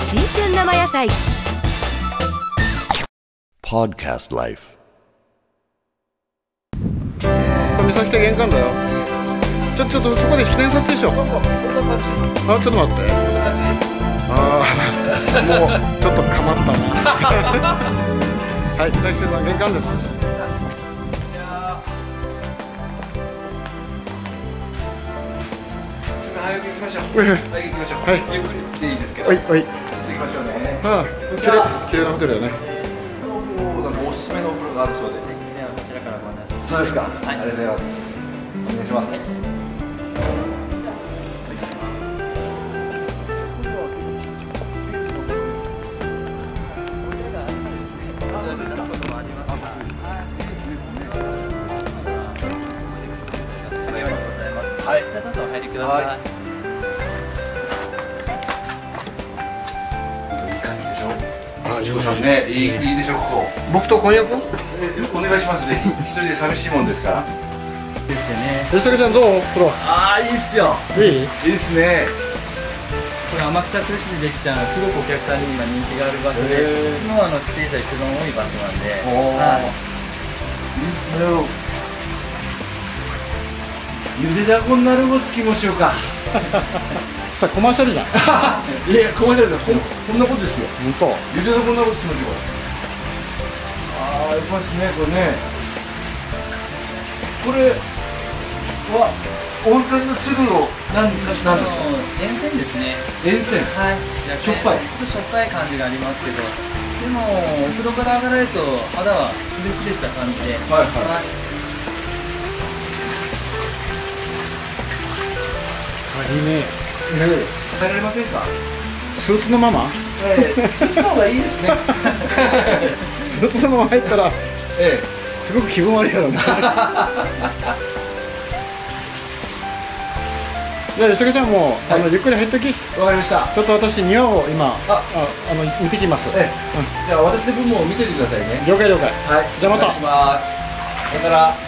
生野菜 Podcast Life. これ三崎亭玄関だよちょちょっとそこで記念撮影しようあちょっと待ってああもうちょっとかまったなはい三崎亭の玄関です早く行きましょう。え早く行きましょう。はいゆっくりでいいですけど。おいおい行きましょうね。ああきれいきれいなホテルだねなんかおすすめのお風呂があるそうで。ではこちらからご案内しますそうですか。ありがとうございます。お願いします。はい、じゃあどうぞお入りください。はいいい感じでしょああいいことだねね、いい、いいでしょう、ここ。僕と婚約お願いしますね。一人で寂しいもんですから。ですよ吉ね。崎ちゃんどうほああ、いいっすよ。らいいいいですね。これ天草市でできたのすごくお客さんに今人気がある場所で、へーいつもあの指定者一番多い場所なんで、おーはいでいすね。ゆでだこになるごつきもちようか。さあコマーシャルじゃん本いや、こまじゃないですよ。こん、こんなことですよ。当ゆでだこになるごつきもちようか。ああ、やっぱしね、これね。これ。は。温泉の汁を。なん、なんあのだ。沿線ですね。塩泉。はい。しょっぱいちょっとしょっぱい感じがありますけど、でもお風呂から上がられると肌はスベスベした感じで、はいはいはいあいいね食べられませんか。スーツのままええ、する方がいいですね。スーツのまま入ったらえすごく気分悪いやろうな じゃあ吉高ちゃんもう、あのゆっくり入っときちえ、わかりました。ょっと私庭を今あああの見てきます、ええ、じゃあ私の分も見ててくださいね。了解了解はいじゃあまたお願いします。さよなら。